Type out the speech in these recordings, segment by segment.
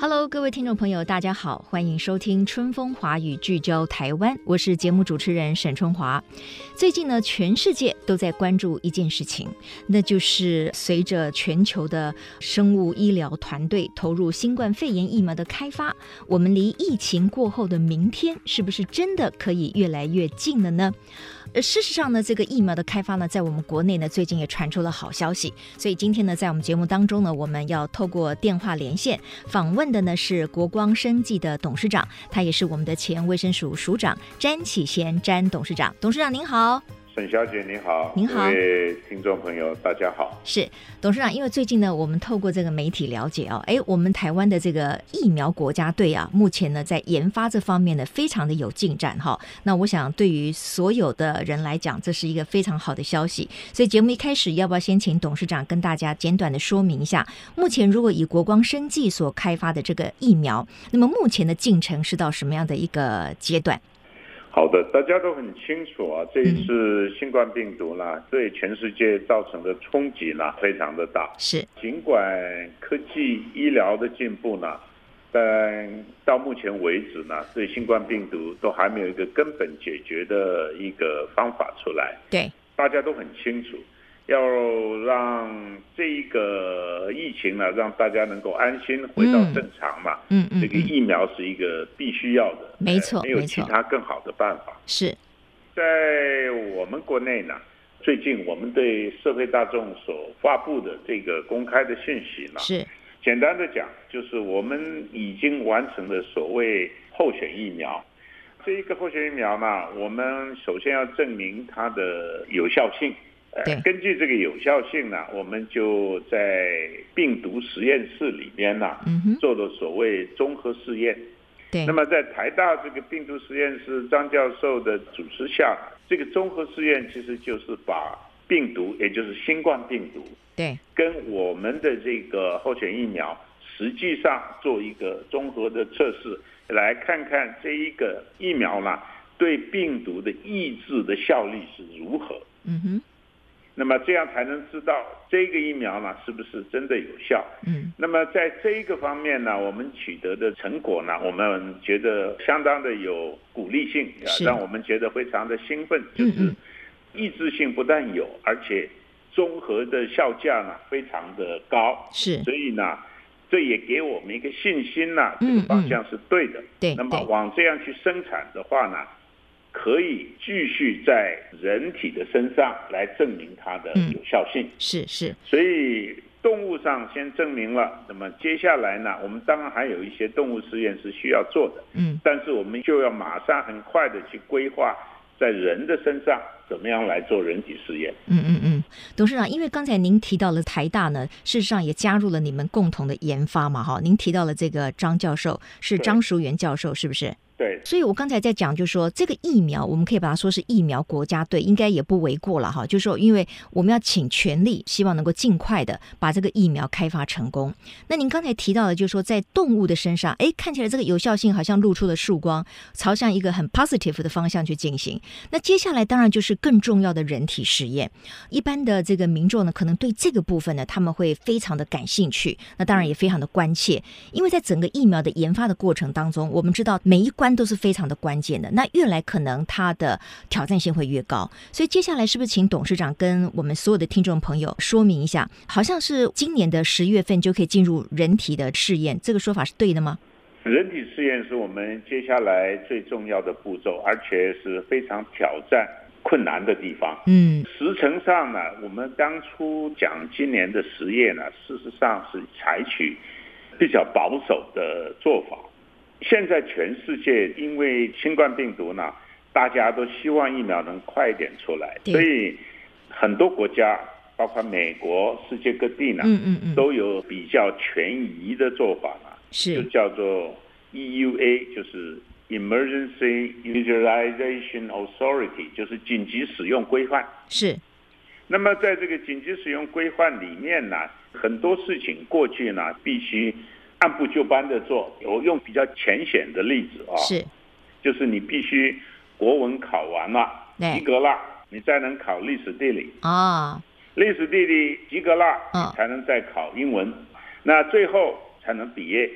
Hello，各位听众朋友，大家好，欢迎收听《春风华语》，聚焦台湾，我是节目主持人沈春华。最近呢，全世界都在关注一件事情，那就是随着全球的生物医疗团队投入新冠肺炎疫苗的开发，我们离疫情过后的明天，是不是真的可以越来越近了呢？呃，事实上呢，这个疫苗的开发呢，在我们国内呢，最近也传出了好消息。所以今天呢，在我们节目当中呢，我们要透过电话连线访问的呢是国光生技的董事长，他也是我们的前卫生署署长詹启贤詹董事长。董事长您好。沈小姐，你好，您好各位听众朋友，大家好。是董事长，因为最近呢，我们透过这个媒体了解哦，哎，我们台湾的这个疫苗国家队啊，目前呢在研发这方面呢非常的有进展哈、那我想对于所有的人来讲，这是一个非常好的消息。所以节目一开始，要不要先请董事长跟大家简短的说明一下，目前如果以国光生技所开发的这个疫苗，那么目前的进程是到什么样的一个阶段？好的，大家都很清楚啊，这一次新冠病毒呢，对全世界造成的冲击呢，非常的大。是尽管科技医疗的进步呢，但到目前为止呢，对新冠病毒都还没有一个根本解决的一个方法出来。对，大家都很清楚，要让这一个疫情呢，让大家能够安心回到嗯正常嘛。嗯嗯这个嗯，疫苗是一个必须要的，没错呃没有没其错他更好的办法。是在我们国内呢，最近我们对社会大众所发布的这个公开的讯息呢，是，简单的讲，就是我们已经完成了所谓候选疫苗。这一个候选疫苗呢，我们首先要证明它的有效性。呃对根据这个有效性呢，我们就在病毒实验室里面呢，嗯哼，做了所谓综合试验。对那，么在台大这个病毒实验室张教授的主持下，这个综合试验其实就是把病毒，也就是新冠病毒，对，跟我们的这个候选疫苗，实际上做一个综合的测试，来看看这一个疫苗呢对病毒的抑制的效力是如何。嗯哼，那么这样才能知道这个疫苗呢是不是真的有效。嗯那么在这一个方面呢，我们取得的成果呢，我们觉得相当的有鼓励性，啊是让我们觉得非常的兴奋，就是嗯抑制性不但有，而且综合的效价呢非常的高，是，所以呢，这也给我们一个信心呢，这嗯个方向是对的。对那么对往这样去生产的话呢，可以继续在人体的身上来证明它的嗯有效性。是是，所以动物上先证明了，那么接下来呢，我们当然还有一些动物实验是需要做的，嗯。但是我们就要马上很快的去规划在人的身上怎么样来做人体实验。嗯嗯嗯，董事长，因为刚才您提到了台大呢，事实上也加入了你们共同的研发嘛，哈，您提到了这个张教授是对张淑元教授，是不是？对，所以我刚才在讲，就说这个疫苗，我们可以把它说是疫苗国家队，应该也不为过了哈。就说，因为我们要请全力，希望能够尽快的把这个疫苗开发成功。那您刚才提到的，就是说在动物的身上，哎，看起来这个有效性好像露出了曙光，朝向一个很 positive 的方向去进行。那接下来当然就是更重要的人体实验。一般的这个民众呢，可能对这个部分呢，他们会非常的感兴趣，那当然也非常的关切，因为在整个疫苗的研发的过程当中，我们知道每一关都是非常的关键的，那越来可能它的挑战性会越高，所以接下来是不是请董事长跟我们所有的听众朋友说明一下，好像是今年的十月份就可以进入人体的试验，这个说法是对的吗？人体试验是我们接下来最重要的步骤，而且是非常挑战困难的地方。嗯，时程上呢，我们当初讲今年的实业呢，事实上是采取比较保守的做法。现在全世界因为新冠病毒呢，大家都希望疫苗能快一点出来，对所以很多国家，包括美国、世界各地呢，嗯嗯嗯，都有比较权宜的做法呢，就是叫做 EUA，就是 Emergency Utilization Authority，就是紧急使用规范。是那么在这个紧急使用规范里面呢，很多事情过去呢必须按部就班的做。我用比较浅显的例子啊，是，就是你必须国文考完了，对及格了，你才能考历史地理；啊，历史地理及格了，嗯你才能再考英文，那最后才能毕业。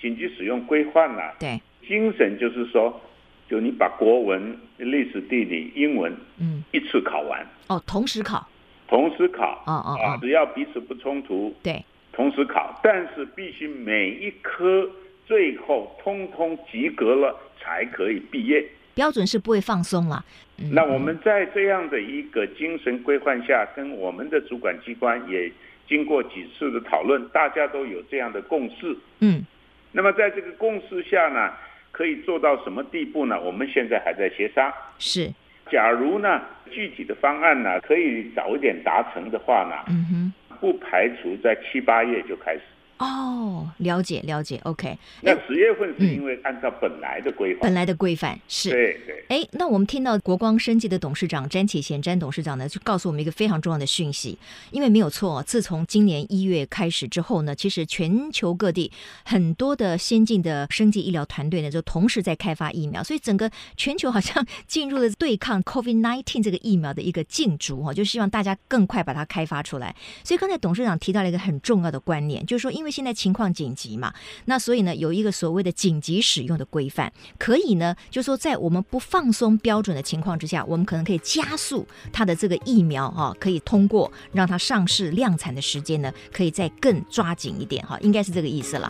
紧急使用规范呢，对，精神就是说，就你把国文、历史地理、英文嗯，一次考完，哦，同时考，同时考。哦哦啊哦，，只要彼此不冲突，对，同时考，但是必须每一科最后通通及格了才可以毕业。标准是不会放松啦。嗯那我们在这样的一个精神规范下，跟我们的主管机关也经过几次的讨论，大家都有这样的共识。嗯，那么在这个共识下呢，可以做到什么地步呢？我们现在还在协商。是，假如呢，具体的方案呢可以早一点达成的话呢，嗯不排除在七八月就开始。哼，哦，了解了解，OK，那十月份是因为按照本来的规划嗯本，来的规范是。对对，哎，那我们听到国光生技的董事长詹启贤詹董事长呢，就告诉我们一个非常重要的讯息，因为没有错，自从今年一月开始之后呢，其实全球各地很多的先进的生技医疗团队呢，就同时在开发疫苗，所以整个全球好像 进入了对抗 COVID-19 这个疫苗的一个竞逐哦哈，就希望大家更快把它开发出来。所以刚才董事长提到了一个很重要的观念，就是说，因为现在情况紧急嘛，那所以呢，有一个所谓的紧急使用的规范，可以呢，就说在我们不放松标准的情况之下，我们可能可以加速它的这个疫苗哈、可以通过让它上市量产的时间呢，可以再更抓紧一点哈、应该是这个意思了。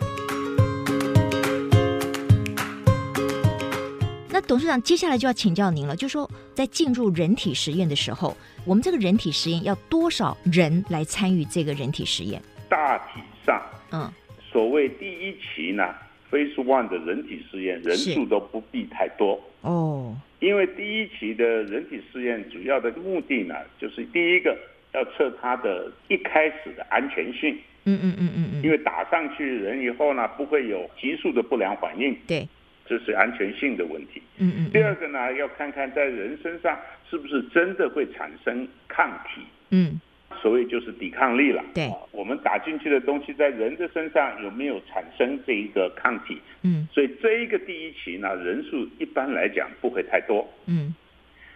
那董事长，接下来就要请教您了，就说在进入人体实验的时候，我们这个人体实验要多少人来参与这个人体实验？大体上嗯，所谓第一期呢，Phase One 的人体试验人数都不必太多，哦，因为第一期的人体试验主要的目的呢，就是第一个要测它的一开始的安全性，嗯嗯嗯嗯嗯，因为打上去人以后呢，不会有急速的不良反应，对，这是安全性的问题。嗯嗯第嗯二个呢，要看看在人身上是不是真的会产生抗体。嗯，所谓就是抵抗力了。对啊我们打进去的东西在人的身上有没有产生这一个抗体？嗯所以这一个第一期呢，人数一般来讲不会太多。嗯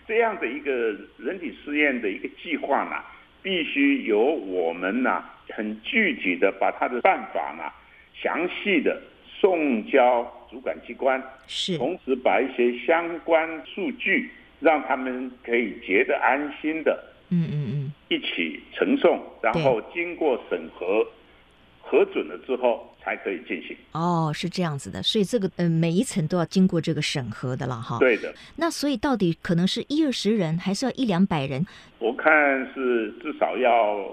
这样的一个人体试验的一个计划呢，必须由我们呢很具体的把它的办法呢详细的送交主管机关，是，同时把一些相关数据让他们可以觉得安心的嗯嗯一起呈送，然后经过审核核准了之后才可以进行。嗯，哦，是这样子的，所以这个呃每一层都要经过这个审核的了哈。，对的，那所以到底可能是一二十人，还是要一两百人，我看是至少要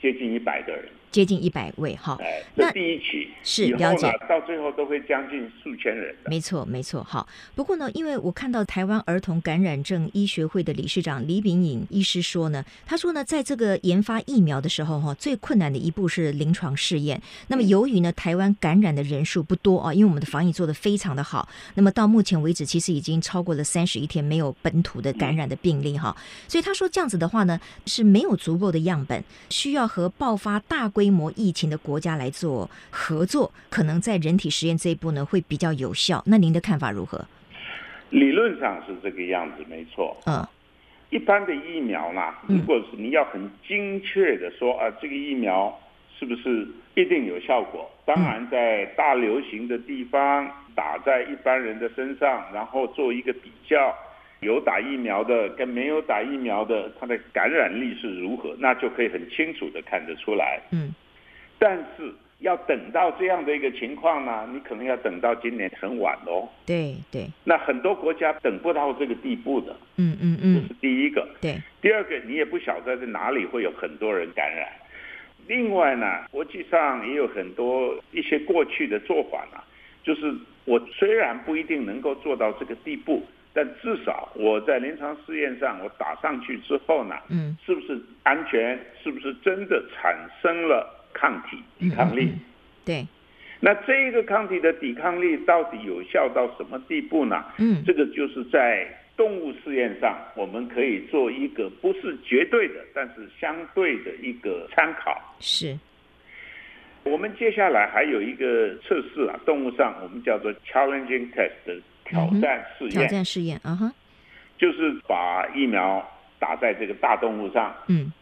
接近一百个人，接近一百位哈？哎，那这第一期是以后了呢解，到最后都会将近数千人的。没错，没错。好，不过呢，因为我看到台湾儿童感染症医学会的理事长李炳颖医师说呢，他说呢，在这个研发疫苗的时候哈，最困难的一步是临床试验。那么由于呢，台湾感染的人数不多啊，因为我们的防疫做得非常的好，那么到目前为止，其实已经超过了三十一天没有本土的感染的病例哈。所以他说这样子的话呢，是没有足够的样本，需要和爆发大规模疫情的国家来做合作，可能在人体实验这一步呢会比较有效。那您的看法如何？理论上是这个样子，没错。嗯，一般的疫苗呢，嗯如果是你要很精确的说啊，这个疫苗是不是一定有效果？当然，在大流行的地方打在一般人的身上，然后做一个比较，有打疫苗的跟没有打疫苗的，它的感染力是如何，那就可以很清楚的看得出来。嗯，但是要等到这样的一个情况呢，你可能要等到今年很晚哦。对对，那很多国家等不到这个地步的，嗯嗯这嗯是，第一个。对，第二个，你也不晓得在哪里会有很多人感染。另外呢，国际上也有很多一些过去的做法呢，就是我虽然不一定能够做到这个地步，但至少我在临床试验上，我打上去之后呢，嗯，是不是安全？是不是真的产生了抗体抵抗力？嗯嗯嗯对，那这一个抗体的抵抗力到底有效到什么地步呢？嗯这个就是在动物试验上，我们可以做一个不是绝对的，但是相对的一个参考。是，我们接下来还有一个测试啊，动物上我们叫做 challenging test 的挑战试挑验，战试验啊哈，就是把疫苗打在这个大动物上，嗯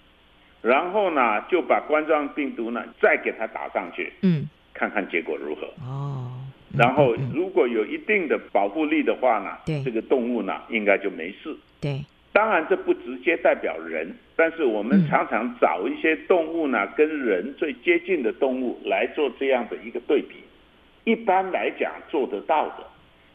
然后呢就把冠状病毒呢再给它打上去，嗯，看看结果如何。哦，嗯然后嗯嗯如果有一定的保护力的话呢对，这个动物呢应该就没事。对，当然，这不直接代表人，但是我嗯们常常找一些动物呢，跟人最接近的动物来做这样的一个对比，一般来讲做得到的，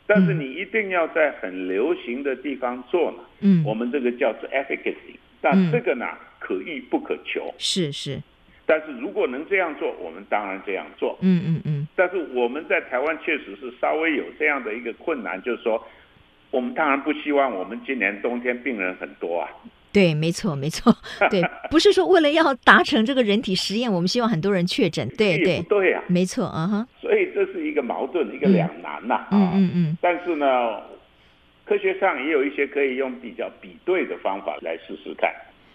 但是嗯你一定要在很流行的地方做呢，嗯我，们这个叫做 efficacy，嗯但这个呢可遇不可求，是是，但是如果能这样做，我们当然这样做，嗯嗯嗯，但是我们在台湾确实是稍微有这样的一个困难，就是说，我们当然不希望我们今年冬天病人很多啊。对，没错没错，对，不是说为了要达成这个人体实验，我们希望很多人确诊，对也对不，对啊，没错啊哈，所以这是一个矛盾，一个两难呐、啊。嗯嗯嗯，但是呢，科学上也有一些可以用比较比对的方法来试试看。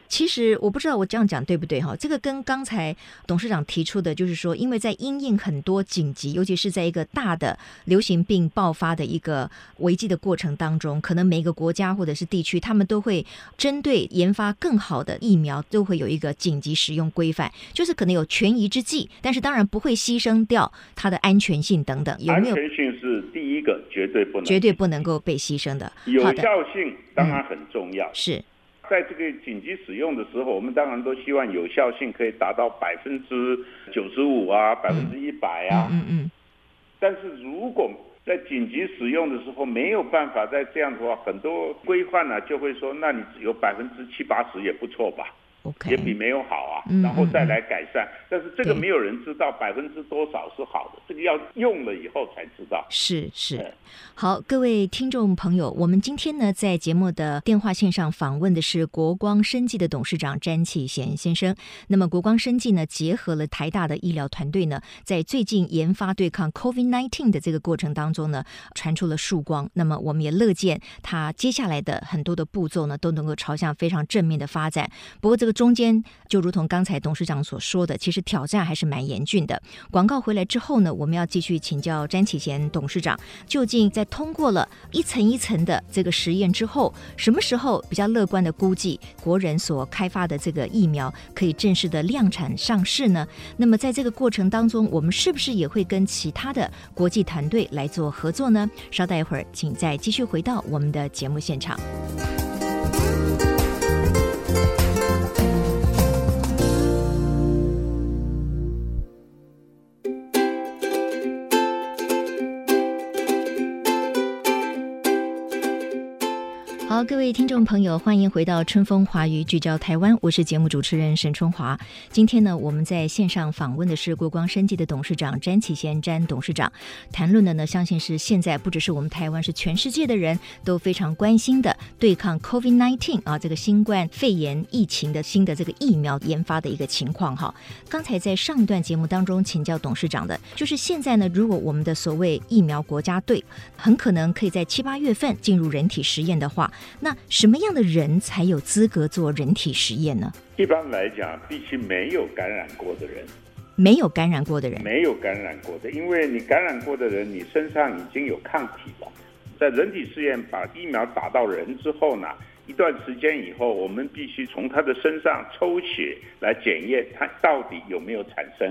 其实我不知道我这样讲对不对哈，这个跟刚才董事长提出的，就是说，因为在因应很多紧急，尤其是在一个大的流行病爆发的一个危机的过程当中，可能每个国家或者是地区，他们都会针对研发更好的疫苗，都会有一个紧急使用规范，就是可能有权宜之计，但是当然不会牺牲掉它的安全性等等，有安没有全性是第一个，绝对不能，绝对不能够被牺牲的？嗯有好的，效性当然很重要。是在这个紧急使用的时候，我们当然都希望有效性可以达到百分之九十五啊，百分之一百啊。嗯嗯但是如果在紧急使用的时候没有办法再这样的话，很多规范呢、就会说，那你只有百分之七八十也不错吧。嗯也比，OK，没有好啊嗯，然后再来改善。但是这个对没有人知道百分之多少是好的，这个要用了以后才知道。是是对。好，各位听众朋友，我们今天呢在节目的电话线上访问的是国光生技的董事长詹启贤先生。那么国光生技呢，结合了台大的医疗团队呢，在最近研发对抗 COVID-19 的这个过程当中呢，传出了曙光。那么我们也乐见它接下来的很多的步骤呢，都能够朝向非常正面的发展。不过这个中间，就如同刚才董事长所说的，其实挑战还是蛮严峻的。广告回来之后呢，我们要继续请教詹启贤董事长，究竟在通过了一层一层的这个实验之后，什么时候比较乐观的估计国人所开发的这个疫苗可以正式的量产上市呢？那么在这个过程当中，我们是不是也会跟其他的国际团队来做合作呢？稍待一会儿，请再继续回到我们的节目现场。好，各位听众朋友，欢迎回到春风华语聚焦台湾，我是节目主持人沈春华。今天呢，我们在线上访问的是国光生技的董事长詹启贤詹董事长，谈论的呢，相信是现在不只是我们台湾，是全世界的人都非常关心的对抗 COVID-19 啊这个新冠肺炎疫情的新的这个疫苗研发的一个情况哈。刚才在上一段节目当中请教董事长的，就是现在呢，如果我们的所谓疫苗国家队很可能可以在七八月份进入人体实验的话，那什么样的人才有资格做人体实验呢？一般来讲，必须没有感染过的人，没有感染过的人，没有感染过的，因为你感染过的人，你身上已经有抗体了。在人体试验把疫苗打到人之后呢，一段时间以后，我们必须从他的身上抽血来检验他到底有没有产生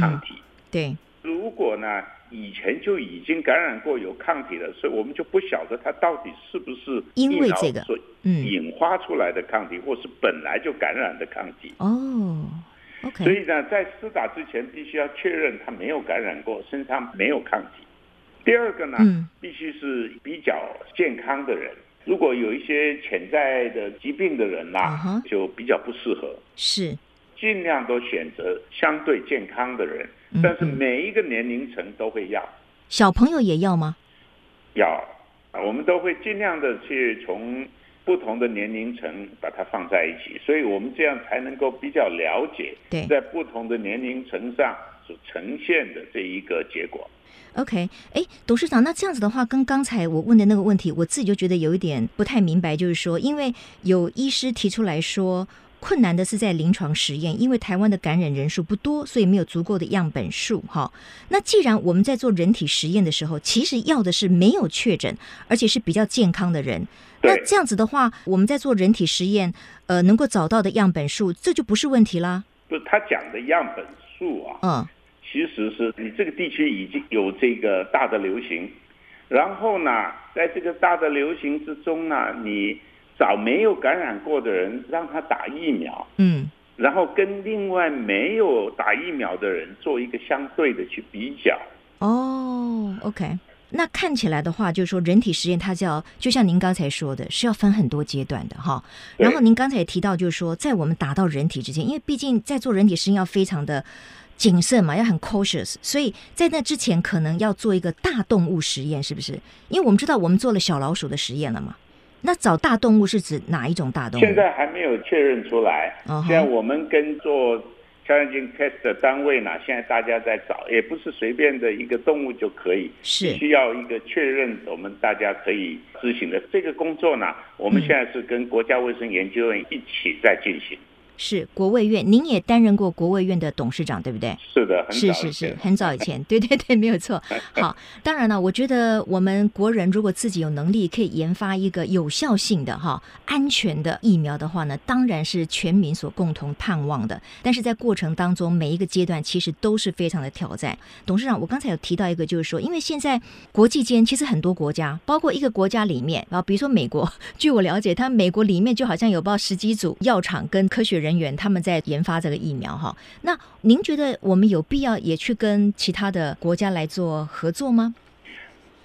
抗嗯，体。对，如果呢以前就已经感染过有抗体了，所以我们就不晓得它到底是不是因为疫苗这个所嗯，引发出来的抗体，或是本来就感染的抗体。哦所，OK，以呢，在施打之前，必须要确认他没有感染过，身上没有抗体。第二个呢嗯，必须是比较健康的人。如果有一些潜在的疾病的人呐、啊哈就比较不适合。是，尽量都选择相对健康的人嗯，但是嗯每一个年龄层都会要。小朋友也要吗？要，啊我们都会尽量的去从不同的年龄层把它放在一起，所以我们这样才能够比较了解对，在不同的年龄层上所呈现的这一个结果。 OK，哎，董事长，那这样子的话，跟刚才我问的那个问题，我自己就觉得有一点不太明白，就是说，因为有医师提出来说，困难的是在临床实验，因为台湾的感染人数不多，所以没有足够的样本数。哈，那既然我们在做人体实验的时候，其实要的是没有确诊，而且是比较健康的人。那对这样子的话，我们在做人体实验，呃，能够找到的样本数，这就不是问题啦。不是他讲的样本数啊，嗯，其实是你这个地区已经有这个大的流行，然后呢，在这个大的流行之中呢，你找没有感染过的人让他打疫苗，嗯，然后跟另外没有打疫苗的人做一个相对的去比较。哦，OK，那看起来的话，就是说人体实验它叫，就像您刚才说的，是要分很多阶段的哈。对然后您刚才也提到，就是说在我们打到人体之前，因为毕竟在做人体实验要非常的谨慎嘛，要很 cautious，所以在那之前可能要做一个大动物实验，是不是？因为我们知道我们做了小老鼠的实验了嘛。那找大动物是指哪一种大动物？现在还没有确认出来。嗯哼现在我们跟做 challenging test 的单位呢，现在大家在找，也不是随便的一个动物就可以，是需要一个确认，我们大家可以执行的这个工作呢，我们嗯现在是跟国家卫生研究院一起在进行。是国卫院，您也担任过国卫院的董事长，对不对？是的，很早是以是是前，很早以前，对对对，没有错。 好，当然了，我觉得我们国人如果自己有能力，可以研发一个有效性的哈、安全的疫苗的话呢，当然是全民所共同盼望的。但是在过程当中，每一个阶段其实都是非常的挑战。董事长，我刚才有提到一个，就是说，因为现在国际间其实很多国家，包括一个国家里面，然后比如说美国，据我了解，它美国里面就好像有报十几组药厂跟科学人员他们在研发这个疫苗哈。那您觉得我们有必要也去跟其他的国家来做合作吗？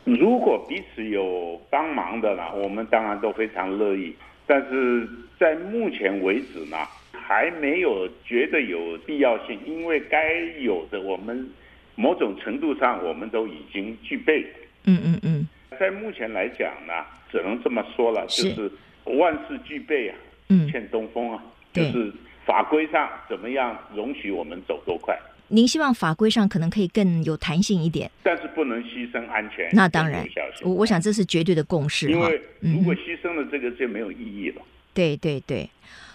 如果彼此有帮忙的呢，我们当然都非常乐意。但是在目前为止呢，还没有觉得有必要性，因为该有的我们某种程度上我们都已经具备。嗯嗯嗯，在目前来讲呢，只能这么说了，是就是万事俱备啊，嗯欠东风啊，就对是法规上怎么样容许我们走多快，您希望法规上可能可以更有弹性一点？但是不能牺牲安全。那当然更有效，性我我想这是绝对的共识因哈。为嗯如果牺牲了这个就没有意义了。对对对，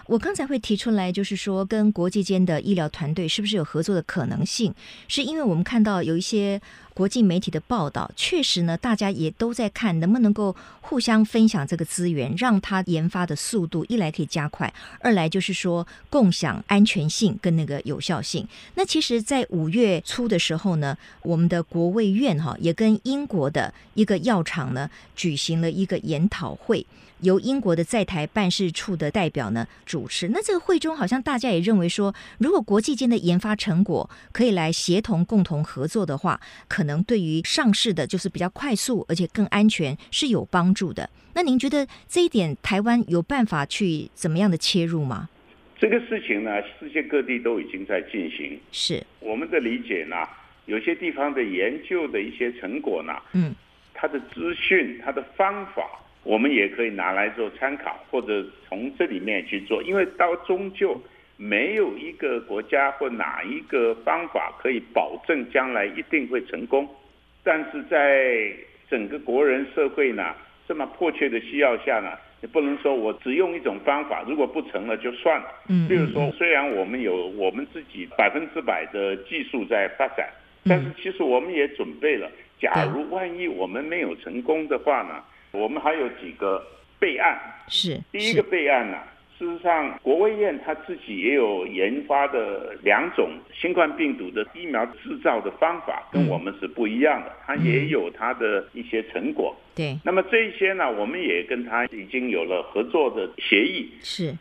我刚才会提出来，就是说跟国际间的医疗团队是不是有合作的可能性？是因为我们看到有一些国际媒体的报道，确实呢，大家也都在看能不能够互相分享这个资源，让它研发的速度一来可以加快，二来就是说共享安全性跟那个有效性。那其实，在五月初的时候呢，我们的国卫院哈、也跟英国的一个药厂呢举行了一个研讨会，由英国的在台办事处的代表呢主持。那这个会中，好像大家也认为说，如果国际间的研发成果可以来协同共同合作的话，可能对于上市的就是比较快速而且更安全是有帮助的。那您觉得这一点台湾有办法去怎么样的切入吗？这个事情呢，世界各地都已经在进行。是，我们的理解呢，有些地方的研究的一些成果呢，嗯，它的资讯、它的方法，我们也可以拿来做参考，或者从这里面去做，因为到终究没有一个国家或哪一个方法可以保证将来一定会成功。但是在整个国人社会呢，这么迫切的需要下呢，你不能说我只用一种方法，如果不成了就算了。嗯例如说，虽然我们有我们自己百分之百的技术在发展，嗯但是其实我们也准备了，假如万一我们没有成功的话呢，我们还有几个备案。是，第一个备案呢、事实上国卫院它自己也有研发的两种新冠病毒的疫苗制造的方法，跟嗯我们是不一样的，它也有它的一些成果。对，那么这些呢，我们也跟它已经有了合作的协议。是，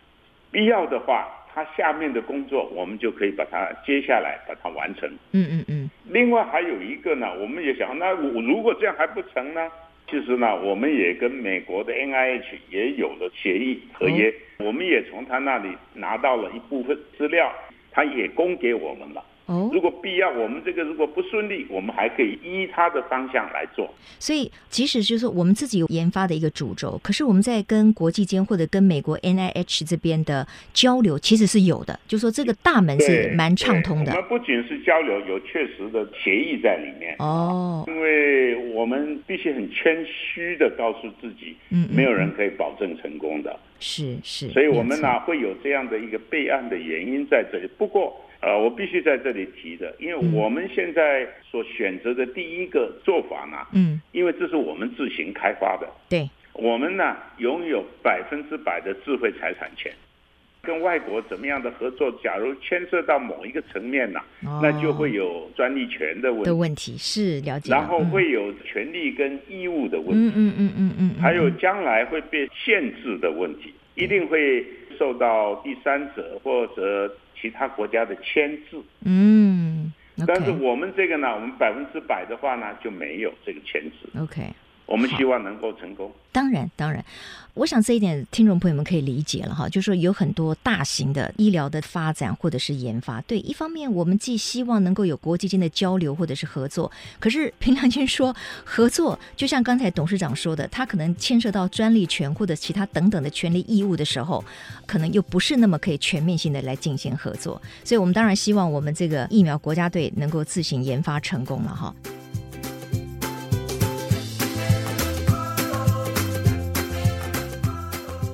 必要的话，它下面的工作我们就可以把它接下来把它完成。嗯嗯嗯，另外还有一个呢，我们也想，那我如果这样还不成呢？其实呢，我们也跟美国的 NIH 也有了协议合约，嗯我们也从他那里拿到了一部分资料，他也供给我们了。哦如，果必要，我们这个如果不顺利，我们还可以依它的方向来做。所以即使就是我们自己有研发的一个主轴，可是我们在跟国际间或者跟美国 NIH 这边的交流其实是有的，就说这个大门是对蛮畅通对我的。们不仅是交流，有确实的协议在里面。哦，因为我们必须很谦虚的告诉自己，嗯嗯没有人可以保证成功的，是是，所以我们没呢、有错会有这样的一个备案的原因在这里。不过，呃，我必须在这里提的，因为嗯我们现在所选择的第一个做法呢，嗯，因为这是我们自行开发的，对，我们呢拥有百分之百的智慧财产权。跟外国怎么样的合作？假如牵涉到某一个层面呢、哦那就会有专利权的问的题，问题是了解了，然后嗯会有权利跟义务的问题。嗯嗯嗯嗯嗯，嗯还有将来会被限制的问题，一定会受到第三者或者其他国家的牵制。嗯但是，OK 我们这个呢，我们百分之百的话呢就没有这个牵制。 OK。我们希望能够成功。当然，当然，我想这一点听众朋友们可以理解了哈，就是说有很多大型的医疗的发展或者是研发，对，一方面我们既希望能够有国际间的交流或者是合作，可是平常君说合作，就像刚才董事长说的，他可能牵涉到专利权或者其他等等的权利义务的时候，可能又不是那么可以全面性的来进行合作，所以我们当然希望我们这个疫苗国家队能够自行研发成功了哈。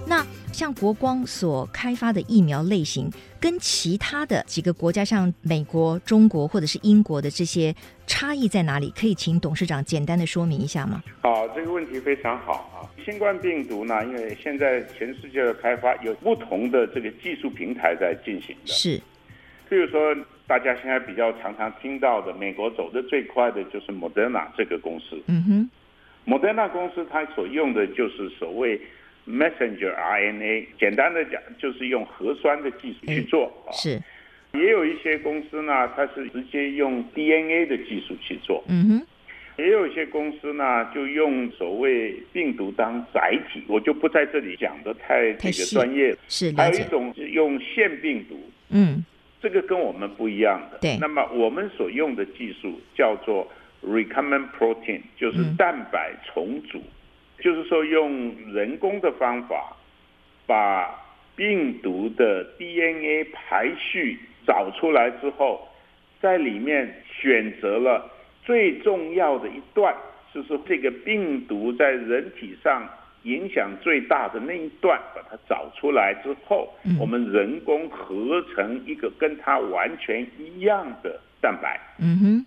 那像国光所开发的疫苗类型，跟其他的几个国家，像美国、中国或者是英国的这些差异在哪里？可以请董事长简单的说明一下吗？好，这个问题非常好啊。新冠病毒呢，因为现在全世界的开发有不同的这个技术平台在进行的，是，譬如说大家现在比较常常听到的，美国走得最快的就是 Moderna 这个公司。嗯哼，莫德纳公司它所用的就是所谓 messenger RNA，简单的讲就是用核酸的技术去做啊。嗯是，也有一些公司呢，它是直接用 DNA 的技术去做，嗯哼，也有一些公司呢就用所谓病毒当载体，我就不在这里讲的太太这个细专业。是还了有一解，种是用腺病毒，嗯，这个跟我们不一样的。对那么我们所用的技术叫做 recombinant protein，就是嗯蛋白重组，就是说用人工的方法把病毒的 DNA 排序找出来之后，在里面选择了最重要的一段，就是这个病毒在人体上影响最大的那一段，把它找出来之后，嗯我们人工合成一个跟它完全一样的蛋白。嗯哼，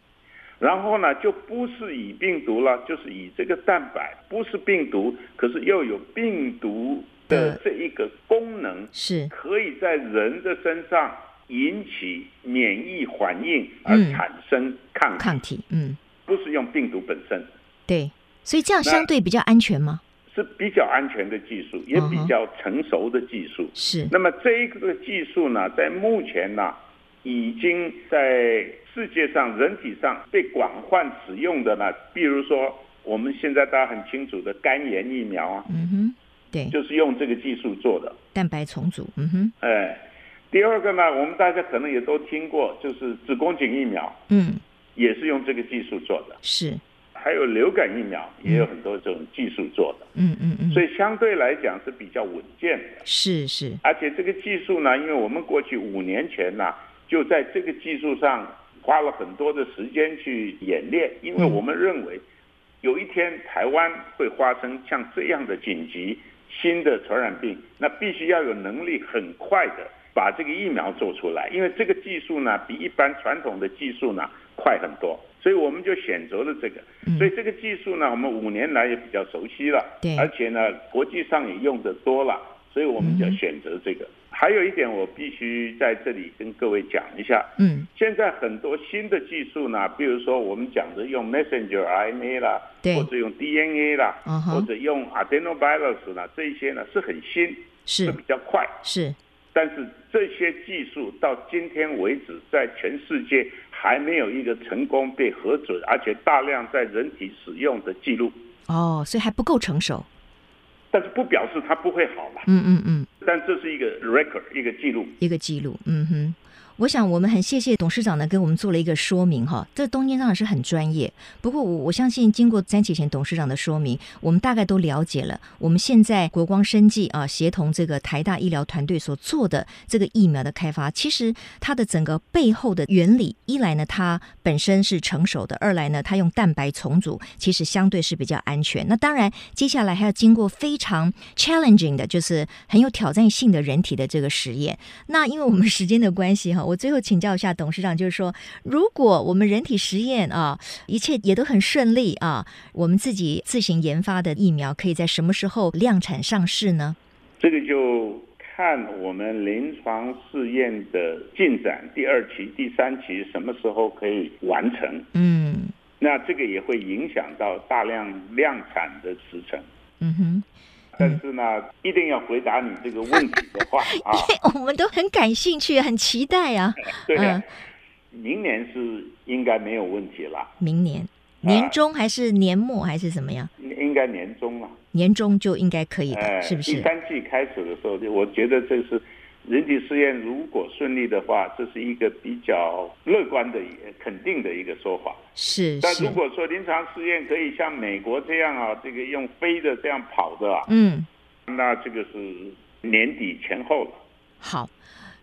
然后呢，就不是以病毒了，就是以这个蛋白，不是病毒，可是又有病毒的的这一个功能，是，可以在人的身上引起免疫反应而嗯产生抗体，抗体，嗯，不是用病毒本身，对，所以这样相对比较安全吗？是比较安全的技术，也嗯比哼较成熟的技术。是，那么这一个技术呢，在目前呢，已经在世界上人体上被广泛使用的呢，比如说我们现在大家很清楚的肝炎疫苗啊，嗯哼，对，就是用这个技术做的。蛋白重组，嗯哼，哎，第二个呢，我们大家可能也都听过，就是子宫颈疫苗嗯，也是用这个技术做的，是，还有流感疫苗也有很多这种技术做的，嗯嗯嗯，所以相对来讲是比较稳健的。是是，而且这个技术呢，因为我们过去五年前呢，就在这个技术上花了很多的时间去演练，因为我们认为有一天台湾会发生像这样的紧急新的传染病，那必须要有能力很快的把这个疫苗做出来，因为这个技术呢，比一般传统的技术呢快很多。所以我们就选择了这个，所以这个技术呢，我们五年来也比较熟悉了，嗯对而且呢，国际上也用的多了，所以我们就选择这个。还有一点，我必须在这里跟各位讲一下，嗯，现在很多新的技术呢，比如说我们讲的用 messenger RNA 啦，对或者用 DNA 啦嗯哼或者用 adenovirus 啦，这一些呢是很新，是是比较快，是，但是这些技术到今天为止，在全世界还没有一个成功被核准，而且大量在人体使用的记录。哦，所以还不够成熟，但是不表示它不会好嘛，嗯嗯嗯。但这是一个 record，一个记录。一个记录。嗯哼，我想我们很谢谢董事长呢，给我们做了一个说明哈。这东间当然是很专业，不过我我相信经过詹启贤董事长的说明，我们大概都了解了。我们现在国光生技啊，协同这个台大医疗团队所做的这个疫苗的开发，其实它的整个背后的原理，一来呢它本身是成熟的，二来呢它用蛋白重组，其实相对是比较安全。那当然，接下来还要经过非常 challenging 的，就是很有挑战性的人体的这个实验。那因为我们时间的关系哈，我 最后请教一下董事长，就是说，如果我们人体实验啊，一切也都很顺利啊，我们自己自行研发的疫苗可以在什么时候量产上市呢？这个就看我们临床试验的进展，第二期、第三期什么时候可以完成。嗯那这个也会影响到大量量产的时程。嗯哼， 但是呢，一定要回答你这个问题的 话啊，我们都很感兴趣，很期待啊。对呀、嗯明年是应该没有问题了，明啊年年中还是年末还是怎么样？应该年中了。年中就应该可以哎，的，是不第是？三季开始的时候，我觉得这是人体试验如果顺利的话，这是一个比较乐观的、肯定的一个说法。是但是如，果说临床试验可以像美国这样啊，这个用飞的这样跑的啊，嗯。那这个是年底前后了。好，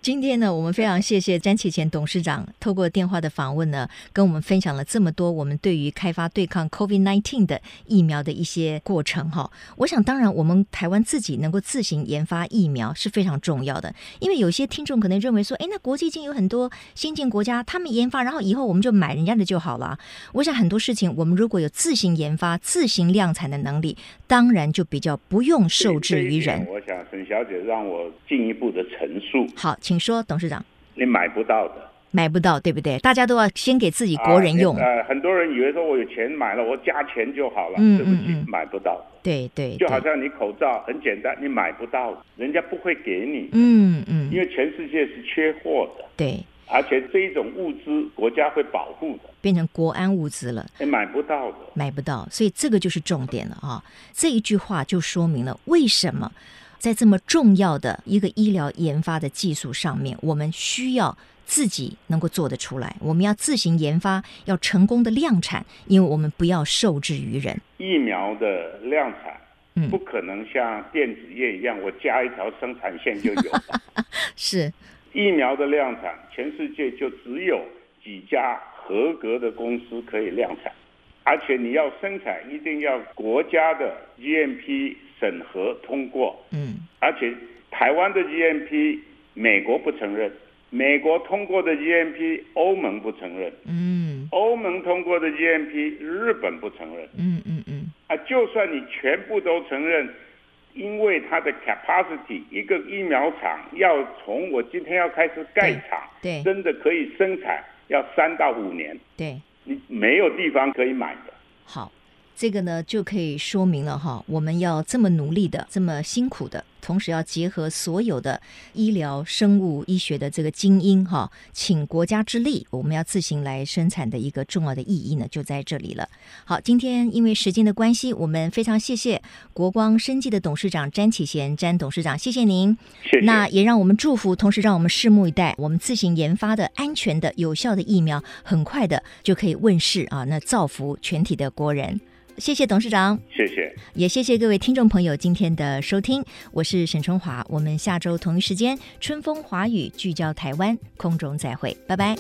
今天呢，我们非常谢谢詹启前董事长透过电话的访问呢，跟我们分享了这么多我们对于开发对抗 COVID-19 的疫苗的一些过程哈。我想，当然我们台湾自己能够自行研发疫苗是非常重要的，因为有些听众可能认为说，哎，那国际已经有很多先进国家他们研发，然后以后我们就买人家的就好了啊。我想很多事情，我们如果有自行研发、自行量产的能力，当然就比较不用受制于这一人点。我想沈小姐让我进一步的陈述，好，请说，董事长。你买不到的。买不到，对不对？大家都要先给自己国人用，啊呃，很多人以为说我有钱买了，我加钱就好了。嗯对不起，嗯嗯买不到的。对对就好对，像你口罩很简单，你买不到，人家不会给你，嗯因嗯，为全世界是缺货的，对，而且这一种物资国家会保护的，变成国安物资了。你买不到的。买不到，所以这个就是重点了啊！这一句话就说明了为什么在这么重要的一个医疗研发的技术上面，我们需要自己能够做得出来，我们要自行研发，要成功的量产，因为我们不要受制于人。疫苗的量产嗯不可能像电子业一样，我加一条生产线就有了。是，疫苗的量产，全世界就只有几家合格的公司可以量产，而且你要生产，一定要国家的 GMP 审核通过。嗯而且台湾的 GMP 美国不承认，美国通过的 GMP 欧盟不承认，嗯欧盟通过的 GMP 日本不承认嗯嗯嗯，啊！就算你全部都承认，因为它的 capacity 一个疫苗厂要从我今天要开始盖厂，对真的可以生产要三到五年，对。你没有地方可以买的。好，这个呢就可以说明了哈，我们要这么努力的，这么辛苦的，同时要结合所有的医疗、生物医学的这个精英哈，请国家之力，我们要自行来生产的一个重要的意义呢，就在这里了。好，今天因为时间的关系，我们非常谢谢国光生技的董事长詹启贤詹董事长，谢谢您。谢谢。那也让我们祝福，同时让我们拭目以待，我们自行研发的安全的、有效的疫苗，很快的就可以问世啊！那造福全体的国人。谢谢董事长，谢谢。也谢谢各位听众朋友今天的收听，我是沈春华，我们下周同一时间春风华语聚焦台湾，空中再会，拜拜。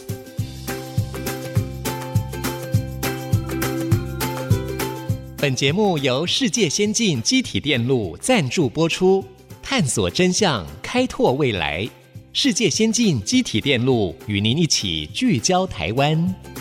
本节目由世界先进机体电路赞助播出，探索真相，开拓未来。世界先进机体电路与您一起聚焦台湾。